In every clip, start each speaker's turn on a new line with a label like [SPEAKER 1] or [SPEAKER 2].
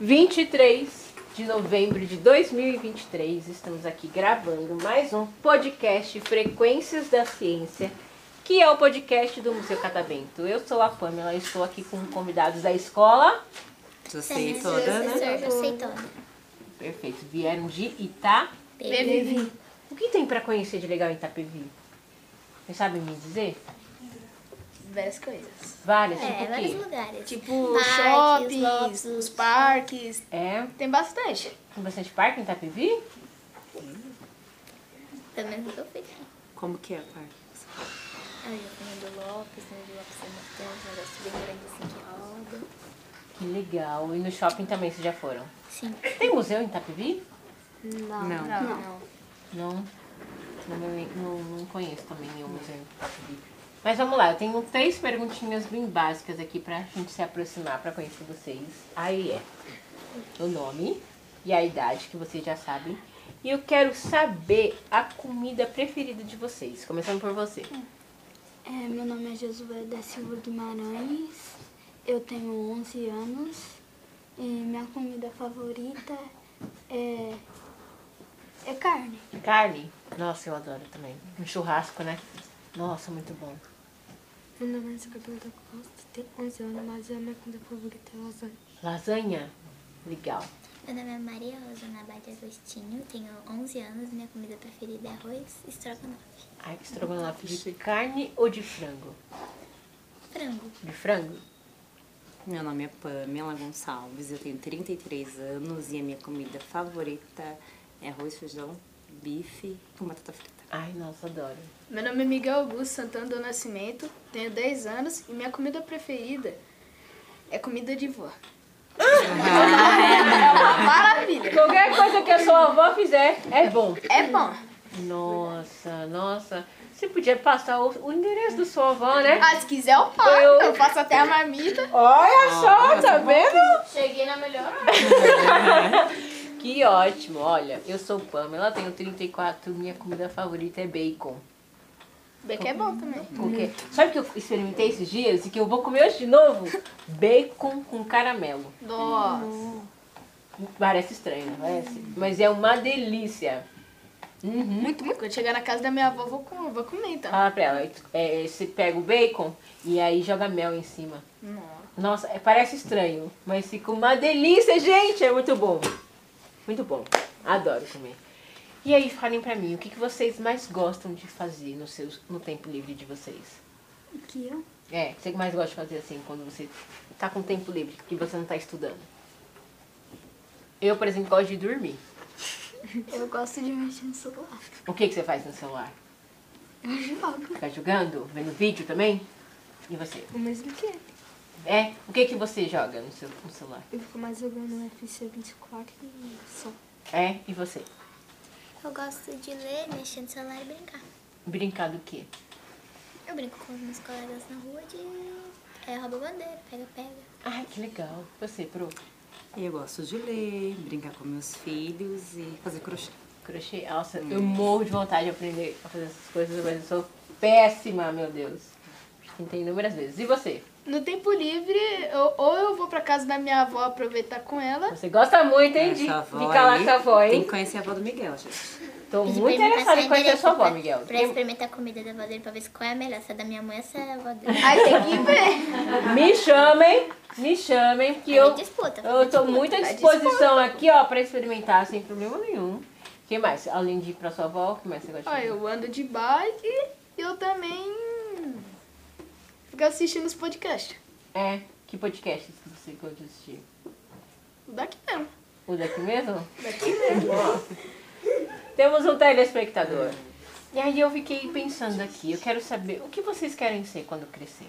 [SPEAKER 1] 23 de novembro de 2023, estamos aqui gravando mais um podcast Frequências da Ciência, que é o podcast do Museu Catavento. Eu sou a Pamela e estou aqui com convidados da escola.
[SPEAKER 2] Eu sei toda, né?
[SPEAKER 3] Eu sei toda.
[SPEAKER 1] Perfeito, vieram de Itá.
[SPEAKER 3] Baby.
[SPEAKER 1] O que tem para conhecer de legal em Itapevi? Vocês sabem me dizer?
[SPEAKER 2] Várias coisas.
[SPEAKER 1] Várias,
[SPEAKER 3] É,
[SPEAKER 1] tipo o
[SPEAKER 3] vários
[SPEAKER 1] quê?
[SPEAKER 3] lugares.
[SPEAKER 2] Tipo,
[SPEAKER 3] Parques,
[SPEAKER 2] shoppings,
[SPEAKER 3] lotes.
[SPEAKER 2] os parques.
[SPEAKER 1] É,
[SPEAKER 2] Tem bastante.
[SPEAKER 1] tem bastante parque em Itapevi?
[SPEAKER 3] Pelo menos eu fui.
[SPEAKER 2] Como que é, parque?
[SPEAKER 3] Aí eu fui no do Lopes, no do Lopes tem bastante, um negócio bem grande assim que roda.
[SPEAKER 1] Que legal. E no shopping também vocês já foram?
[SPEAKER 3] Sim.
[SPEAKER 1] Tem museu em Itapevi?
[SPEAKER 3] Não.
[SPEAKER 2] Não. Não.
[SPEAKER 1] Não, não, me- não, não conheço também nenhum museu de Itapevi. Mas vamos lá, eu tenho três perguntinhas bem básicas aqui pra gente se aproximar, pra conhecer vocês. Aí é o nome e a idade, que vocês já sabem. E eu quero saber a comida preferida de vocês, começando por você.
[SPEAKER 4] É, meu nome é Josué da Silva Guimarães, eu tenho 11 anos e minha comida favorita é, é carne.
[SPEAKER 1] Carne? Nossa, eu adoro também. Um churrasco, né? Nossa, muito bom.
[SPEAKER 4] Meu nome é Isabel da Costa, tenho 11 anos, mas a minha comida favorita é lasanha.
[SPEAKER 1] Lasanha? Legal.
[SPEAKER 3] Meu nome é Maria Rosana Abade Agostinho, tenho 11 anos, minha comida preferida é arroz e estrogonofe.
[SPEAKER 1] Ai, que estrogonofe de carne ou de frango?
[SPEAKER 3] Frango.
[SPEAKER 1] De frango?
[SPEAKER 5] Meu nome é Pamela Gonçalves, eu tenho 33 anos e a minha comida favorita é arroz, feijão, bife com batata frita.
[SPEAKER 1] Ai, nossa, adoro.
[SPEAKER 2] Meu nome é Miguel Augusto Santana do Nascimento, tenho 10 anos e minha comida preferida é comida de vó. é uma maravilha.
[SPEAKER 1] Qualquer coisa que a sua avó fizer é bom.
[SPEAKER 2] É bom.
[SPEAKER 1] Nossa, nossa. Você podia passar o, o endereço da sua avó, né?
[SPEAKER 2] Ah, se quiser eu faço,
[SPEAKER 1] Eu-
[SPEAKER 2] eu faço até a marmita.
[SPEAKER 1] Olha só, tá vendo?
[SPEAKER 2] Cheguei na melhor hora.
[SPEAKER 1] Que ótimo. Olha, eu sou Pamela, tenho 34, minha comida favorita é bacon.
[SPEAKER 2] Beck é bom também.
[SPEAKER 1] Porque, sabe o que eu experimentei esses dias e que eu vou comer hoje de novo? Bacon com caramelo.
[SPEAKER 2] Nossa.
[SPEAKER 1] Parece estranho, não parece? Mas é uma delícia. Uhum.
[SPEAKER 2] Muito, muito. Quando chegar na casa da minha avó, vou, com, vou comer então.
[SPEAKER 1] Fala pra ela, é, você pega o bacon e aí joga mel em cima.
[SPEAKER 2] Nossa.
[SPEAKER 1] Nossa, é- parece estranho, mas fica uma delícia, gente. É muito bom. Muito bom. Adoro comer. E aí, falem pra mim, o que, que vocês mais gostam de fazer no, seus, no tempo livre de vocês?
[SPEAKER 4] O que eu?
[SPEAKER 1] É, o que você mais gosta de fazer assim, quando você tá com tempo livre e você não tá estudando? Eu, por exemplo, gosto de dormir.
[SPEAKER 4] Eu gosto de mexer no celular.
[SPEAKER 1] O que, que você faz no celular?
[SPEAKER 4] Eu jogo.
[SPEAKER 1] Fica jogando? Vendo vídeo também? E você?
[SPEAKER 4] O mesmo que ele.
[SPEAKER 1] É? O que, que você joga no seu no celular?
[SPEAKER 4] Eu fico mais jogando FC 24 e só.
[SPEAKER 1] É? E você?
[SPEAKER 3] Eu gosto de ler, mexer no celular e brincar.
[SPEAKER 1] Brincar do quê?
[SPEAKER 3] Eu brinco com os meus colegas na rua de é, rouba bandeira, pega, pega.
[SPEAKER 1] Ai, que legal. Você, Pro?
[SPEAKER 5] Eu gosto de ler, brincar com meus filhos e fazer crochê.
[SPEAKER 1] Crochê? Nossa, eu
[SPEAKER 5] Hum.
[SPEAKER 1] morro de vontade de aprender a fazer essas coisas, mas eu sou péssima, meu Deus. Tentei inúmeras vezes. E você?
[SPEAKER 2] No tempo livre, eu- ou eu vou pra casa da minha avó aproveitar com ela.
[SPEAKER 1] Você gosta muito, hein, de
[SPEAKER 5] Essa avó
[SPEAKER 1] ficar lá
[SPEAKER 5] aí
[SPEAKER 1] com a avó,
[SPEAKER 5] Tem
[SPEAKER 1] hein?
[SPEAKER 5] que conhecer a avó do Miguel, gente.
[SPEAKER 1] Tô
[SPEAKER 3] Pedi
[SPEAKER 1] muito
[SPEAKER 3] pra
[SPEAKER 1] interessada
[SPEAKER 3] ele passar
[SPEAKER 1] em conhecer a
[SPEAKER 3] endereço
[SPEAKER 1] sua avó,
[SPEAKER 3] pra-
[SPEAKER 1] Miguel.
[SPEAKER 3] Pra experimentar a comida da avó dele pra ver se qual é a melhor. Se é da minha mãe, essa é a avó dele.
[SPEAKER 2] Aí tem que ver.
[SPEAKER 1] Me chamem, me chamem, que
[SPEAKER 3] Aí
[SPEAKER 1] eu, Ah,
[SPEAKER 3] disputa,
[SPEAKER 1] eu tô muito à disposição aqui, ó, pra experimentar sem problema nenhum. O que mais? Além de ir pra sua avó, o que mais você gosta
[SPEAKER 2] Ó,
[SPEAKER 1] de fazer?
[SPEAKER 2] eu ando de bike e eu também fico assistindo os podcasts.
[SPEAKER 1] É, que podcasts que você gosta de assistir?
[SPEAKER 2] O daqui mesmo.
[SPEAKER 1] O daqui mesmo? Daqui mesmo. Temos um telespectador. E aí eu fiquei pensando aqui, eu quero saber o que vocês querem ser quando crescer?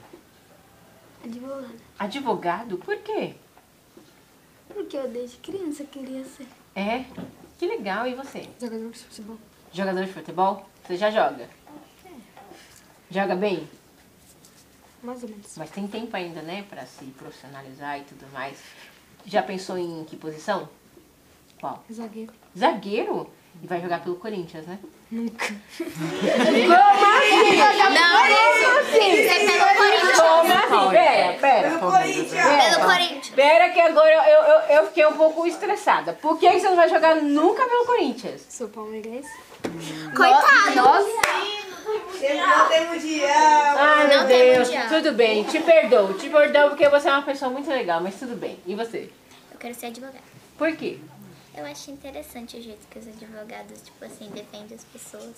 [SPEAKER 4] Tá Advogada.
[SPEAKER 1] Advogado? Por quê?
[SPEAKER 4] Porque eu desde criança queria ser
[SPEAKER 1] É? Que legal, e você?
[SPEAKER 4] jogador de futebol.
[SPEAKER 1] Jogador de futebol? Você já joga? Joga bem?
[SPEAKER 4] Mais ou menos.
[SPEAKER 1] Mas tem tempo ainda, né, pra se profissionalizar e tudo mais. Já pensou em que posição? Qual?
[SPEAKER 6] Zagueiro.
[SPEAKER 1] Zagueiro? E vai jogar pelo Corinthians, né?
[SPEAKER 2] tá
[SPEAKER 1] Como assim? Pera, pera.
[SPEAKER 3] Pelo
[SPEAKER 1] Pera,
[SPEAKER 3] Corinthians.
[SPEAKER 1] pera que agora eu, eu, eu fiquei um pouco estressada. Por que você não vai jogar nunca pelo Corinthians?
[SPEAKER 6] Sou palmeirense.
[SPEAKER 3] Coitado.
[SPEAKER 7] Não tem mundial.
[SPEAKER 1] Ai, meu
[SPEAKER 3] Não tem
[SPEAKER 1] Deus.
[SPEAKER 3] mundial.
[SPEAKER 1] Tudo bem, te perdoo. Te perdoo porque você é uma pessoa muito legal, mas tudo bem. E você?
[SPEAKER 3] Eu quero ser advogado.
[SPEAKER 1] Por quê?
[SPEAKER 3] Eu acho interessante o jeito que os advogados, tipo assim, defendem as pessoas.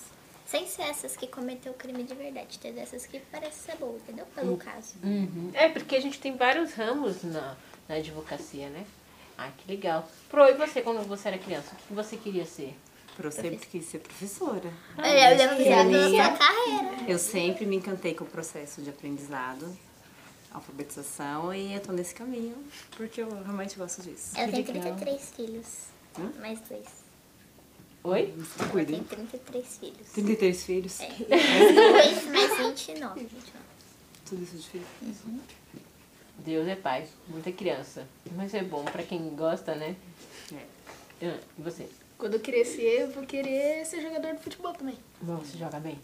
[SPEAKER 3] Sem ser essas que cometeu o crime de verdade, ter essas que parecem ser boas, entendeu? Pelo caso.
[SPEAKER 1] É, porque a gente tem vários ramos na, na advocacia, né? Ah, que legal. Pro, e você, quando você era criança, o que você queria ser?
[SPEAKER 5] Eu sempre quis ser professora.
[SPEAKER 3] Olha, eu devo
[SPEAKER 5] Sim.
[SPEAKER 3] sua carreira.
[SPEAKER 5] Eu sempre me encantei com o processo de aprendizado, alfabetização e eu tô nesse caminho porque eu realmente gosto disso.
[SPEAKER 3] Eu tenho 33 filhos. Mais dois.
[SPEAKER 1] Oi?
[SPEAKER 5] Se
[SPEAKER 3] Eu tenho
[SPEAKER 5] Cuidem.
[SPEAKER 3] 33 filhos.
[SPEAKER 5] 33 filhos?
[SPEAKER 3] Dois mais 29. 29.
[SPEAKER 5] Tudo isso de filho?
[SPEAKER 1] Deus é pai, muita criança. Mas é bom pra quem gosta, né?
[SPEAKER 5] É.
[SPEAKER 1] Ah, e você?
[SPEAKER 2] Quando eu crescer, eu vou querer ser jogador de futebol também.
[SPEAKER 1] Você joga bem?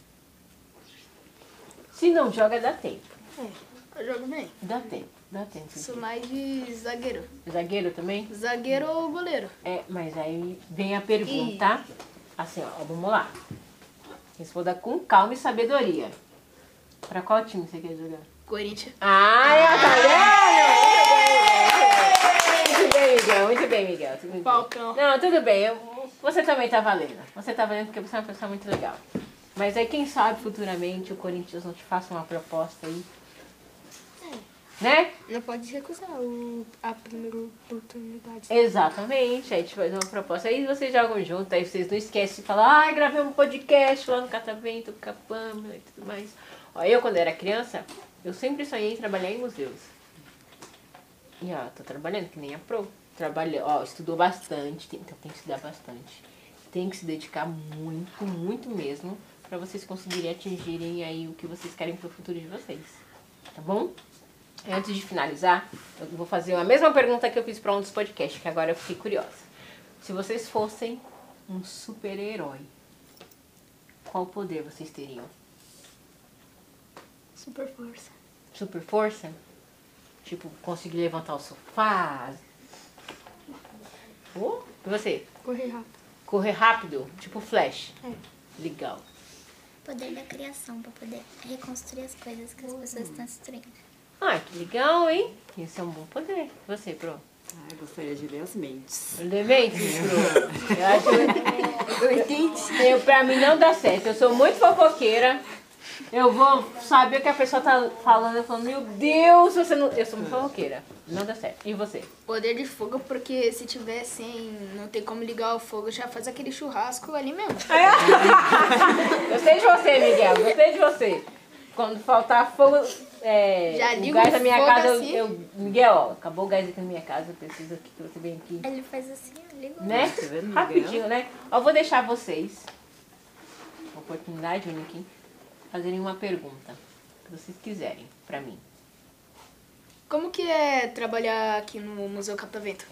[SPEAKER 1] Se não joga, dá tempo.
[SPEAKER 2] Eu jogo bem.
[SPEAKER 1] Dá tempo, dá tempo.
[SPEAKER 2] Sou mais de zagueiro.
[SPEAKER 1] Zagueiro também?
[SPEAKER 2] Zagueiro ou goleiro?
[SPEAKER 1] É, mas aí vem a pergunta, tá? assim, ó, vamos lá. Responda com calma e sabedoria. Pra qual time você quer jogar?
[SPEAKER 2] Corinthians.
[SPEAKER 1] Ah, eu tá vendo? Muito bem, Miguel, muito bem, Miguel. Tudo bem.
[SPEAKER 2] Falcão.
[SPEAKER 1] Não, tudo bem. eu- você também tá valendo. Você tá valendo porque você é uma pessoa muito legal. Mas aí quem sabe futuramente o Corinthians não te faça uma proposta aí. Né?
[SPEAKER 6] Não pode recusar o- a primeira oportunidade.
[SPEAKER 4] É.
[SPEAKER 1] Exatamente. Aí te faz uma proposta. Aí vocês jogam junto, aí vocês não esquecem de falar, ah, gravei um podcast lá no Catavento, com a Pâmela e tudo mais. Ó, eu quando era criança, eu sempre sonhei em trabalhar em museus. E ó, tô trabalhando, que nem a Pro. Trabalhou, ó, estudou bastante, tem- então tem que estudar bastante. Tem que se dedicar muito, muito mesmo, pra vocês conseguirem atingirem aí o que vocês querem pro futuro de vocês. Tá bom? Antes de finalizar, eu vou fazer a mesma pergunta que eu fiz pra um dos podcasts, que agora eu fiquei curiosa. Se vocês fossem um super-herói, qual poder vocês teriam?
[SPEAKER 4] Super força.
[SPEAKER 1] Super força? Tipo, conseguir levantar o sofá? Oh, e você?
[SPEAKER 6] Correr rápido.
[SPEAKER 1] Correr rápido? Tipo flash? Legal.
[SPEAKER 3] Poder da criação, pra poder reconstruir as coisas que as pessoas estão destruindo.
[SPEAKER 1] Ah, que legal, hein? Esse é um bom poder. E Você, Pro?
[SPEAKER 5] Ah, eu gostaria de ler as mentes.
[SPEAKER 1] Um Demente, Pro. Eu acho Eu, pra mim não dá certo. Eu sou muito fofoqueira. Eu vou saber o que a pessoa tá falando. Eu falo, meu Deus, você não. Eu sou muito fofoqueira. Não dá certo. E você?
[SPEAKER 2] Poder de fogo, porque se tiver sem, não tem como ligar o fogo, já faz aquele churrasco ali mesmo.
[SPEAKER 1] Gostei de você, Miguel. Gostei de você. Quando faltar fogo. É,
[SPEAKER 2] Já
[SPEAKER 1] o
[SPEAKER 2] liga
[SPEAKER 1] gás
[SPEAKER 2] o
[SPEAKER 1] da minha
[SPEAKER 2] fogo
[SPEAKER 1] casa, eu-
[SPEAKER 2] assim.
[SPEAKER 1] eu, Miguel, ó, acabou o gás aqui na minha casa, eu preciso que você venha aqui.
[SPEAKER 3] Ele faz assim, ó, ligou.
[SPEAKER 1] Né?
[SPEAKER 5] Tá vendo, Miguel?
[SPEAKER 1] Rapidinho, né? Ó, vou deixar vocês, uma oportunidade única, hein? fazerem uma pergunta, que vocês quiserem, pra mim.
[SPEAKER 2] Como que é trabalhar aqui no Museu Catavento?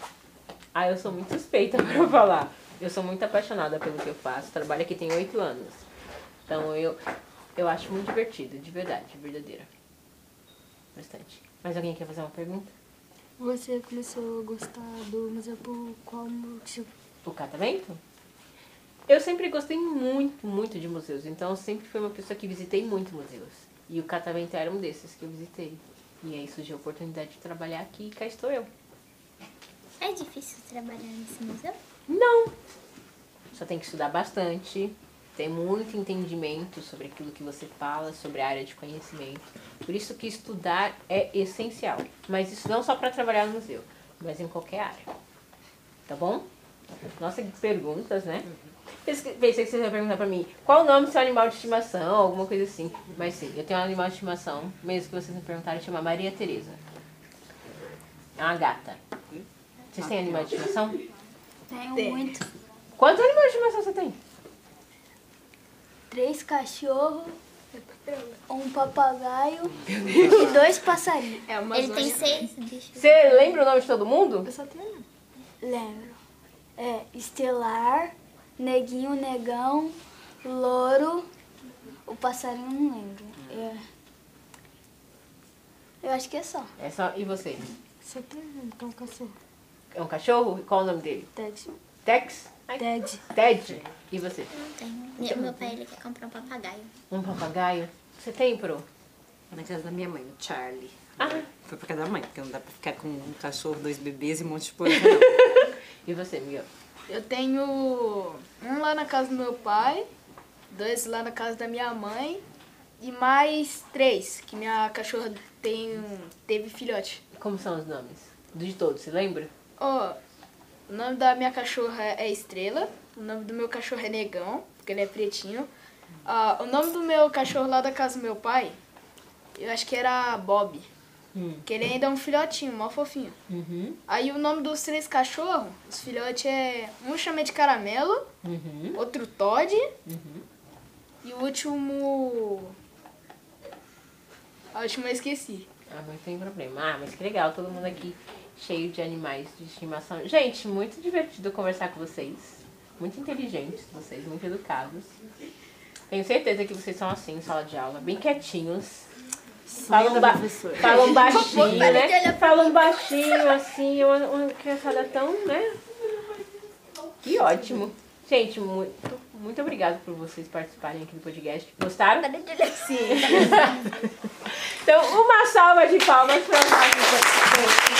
[SPEAKER 1] Ah, eu sou muito suspeita pra falar. Eu sou muito apaixonada pelo que eu faço. Trabalho aqui tem oito anos. Então eu, eu acho muito divertido, de verdade, de verdadeira. Bastante. Mais alguém quer fazer uma pergunta?
[SPEAKER 6] Você começou a gostar do museu por qual motivo?
[SPEAKER 1] O catamento? Eu sempre gostei muito, muito de museus. Então eu sempre fui uma pessoa que visitei muito museus. E o catamento era um desses que eu visitei. E aí surgiu a oportunidade de trabalhar aqui e cá estou eu.
[SPEAKER 3] É difícil trabalhar nesse museu?
[SPEAKER 1] Não. Só tem que estudar bastante, ter muito entendimento sobre aquilo que você fala, sobre a área de conhecimento. Por isso que estudar é essencial. Mas isso não só para trabalhar no museu, mas em qualquer área. Tá bom? Nossa, que perguntas, né? Pensei pensei que vocês iam perguntar pra mim qual o nome do seu animal de estimação, alguma coisa assim. Mas sim, eu tenho um animal de estimação, mesmo que vocês me perguntaram, chama Maria Tereza. É uma gata. Vocês têm animal de estimação?
[SPEAKER 4] Tenho
[SPEAKER 2] Tem.
[SPEAKER 4] muito.
[SPEAKER 1] Quantos animais de estimação você tem?
[SPEAKER 4] Três cachorros,
[SPEAKER 6] É
[SPEAKER 4] um papagaio e dois passarinhos.
[SPEAKER 2] É uma
[SPEAKER 3] Ele tem seis bichos.
[SPEAKER 1] Você lembra o nome de todo mundo?
[SPEAKER 4] Lembro. É, Estelar, Neguinho, Negão, Louro, o passarinho eu não lembro. É. Eu acho que é só.
[SPEAKER 1] É só... E você?
[SPEAKER 6] Só tem um que é um cachorro.
[SPEAKER 1] É um cachorro? Qual o nome dele?
[SPEAKER 6] Ted.
[SPEAKER 1] Tex? Ai,
[SPEAKER 6] Ted.
[SPEAKER 1] Ted? E você?
[SPEAKER 3] Não tem. Meu, meu pai ele quer comprar um papagaio.
[SPEAKER 1] Um papagaio? Você tem, Pro?
[SPEAKER 5] Na casa da minha mãe, o Charlie.
[SPEAKER 1] Ah.
[SPEAKER 5] Foi pra casa da mãe, porque não dá pra ficar com um cachorro, dois bebês e um monte de coisa, não.
[SPEAKER 1] E você, Miguel?
[SPEAKER 2] Eu tenho um lá na casa do meu pai, dois lá na casa da minha mãe e mais três, que minha cachorra tem, um, teve filhote.
[SPEAKER 1] Como são os nomes? De todos, você lembra?
[SPEAKER 2] Ó, o nome da minha cachorra é Estrela, o nome do meu cachorro é Negão, porque ele é pretinho. Ah, o nome do meu cachorro lá da casa do meu pai, eu acho que era Bob, que ele ainda é um filhotinho, mó fofinho.
[SPEAKER 1] Uhum.
[SPEAKER 2] Aí o nome dos três cachorros, os filhotes é. Um chama de caramelo,
[SPEAKER 1] Uhum.
[SPEAKER 2] outro Todd. E o último. A última eu esqueci.
[SPEAKER 1] Ah, mas tem problema. Ah, mas que legal, todo mundo aqui cheio de animais de estimação. Gente, muito divertido conversar com vocês. Muito inteligentes vocês, muito educados. Tenho certeza que vocês são assim em sala de aula, bem quietinhos. Falam, ba
[SPEAKER 5] professor.
[SPEAKER 1] falam baixinho,
[SPEAKER 3] Para de
[SPEAKER 1] né?
[SPEAKER 3] olhar pra
[SPEAKER 1] Falam baixinho, assim, uma, uma criançada tão, né? Que ótimo. Gente, muito, muito obrigada por vocês participarem aqui do podcast. Gostaram?
[SPEAKER 3] Para de olhar assim.
[SPEAKER 1] Então, uma salva de palmas para o nosso professor.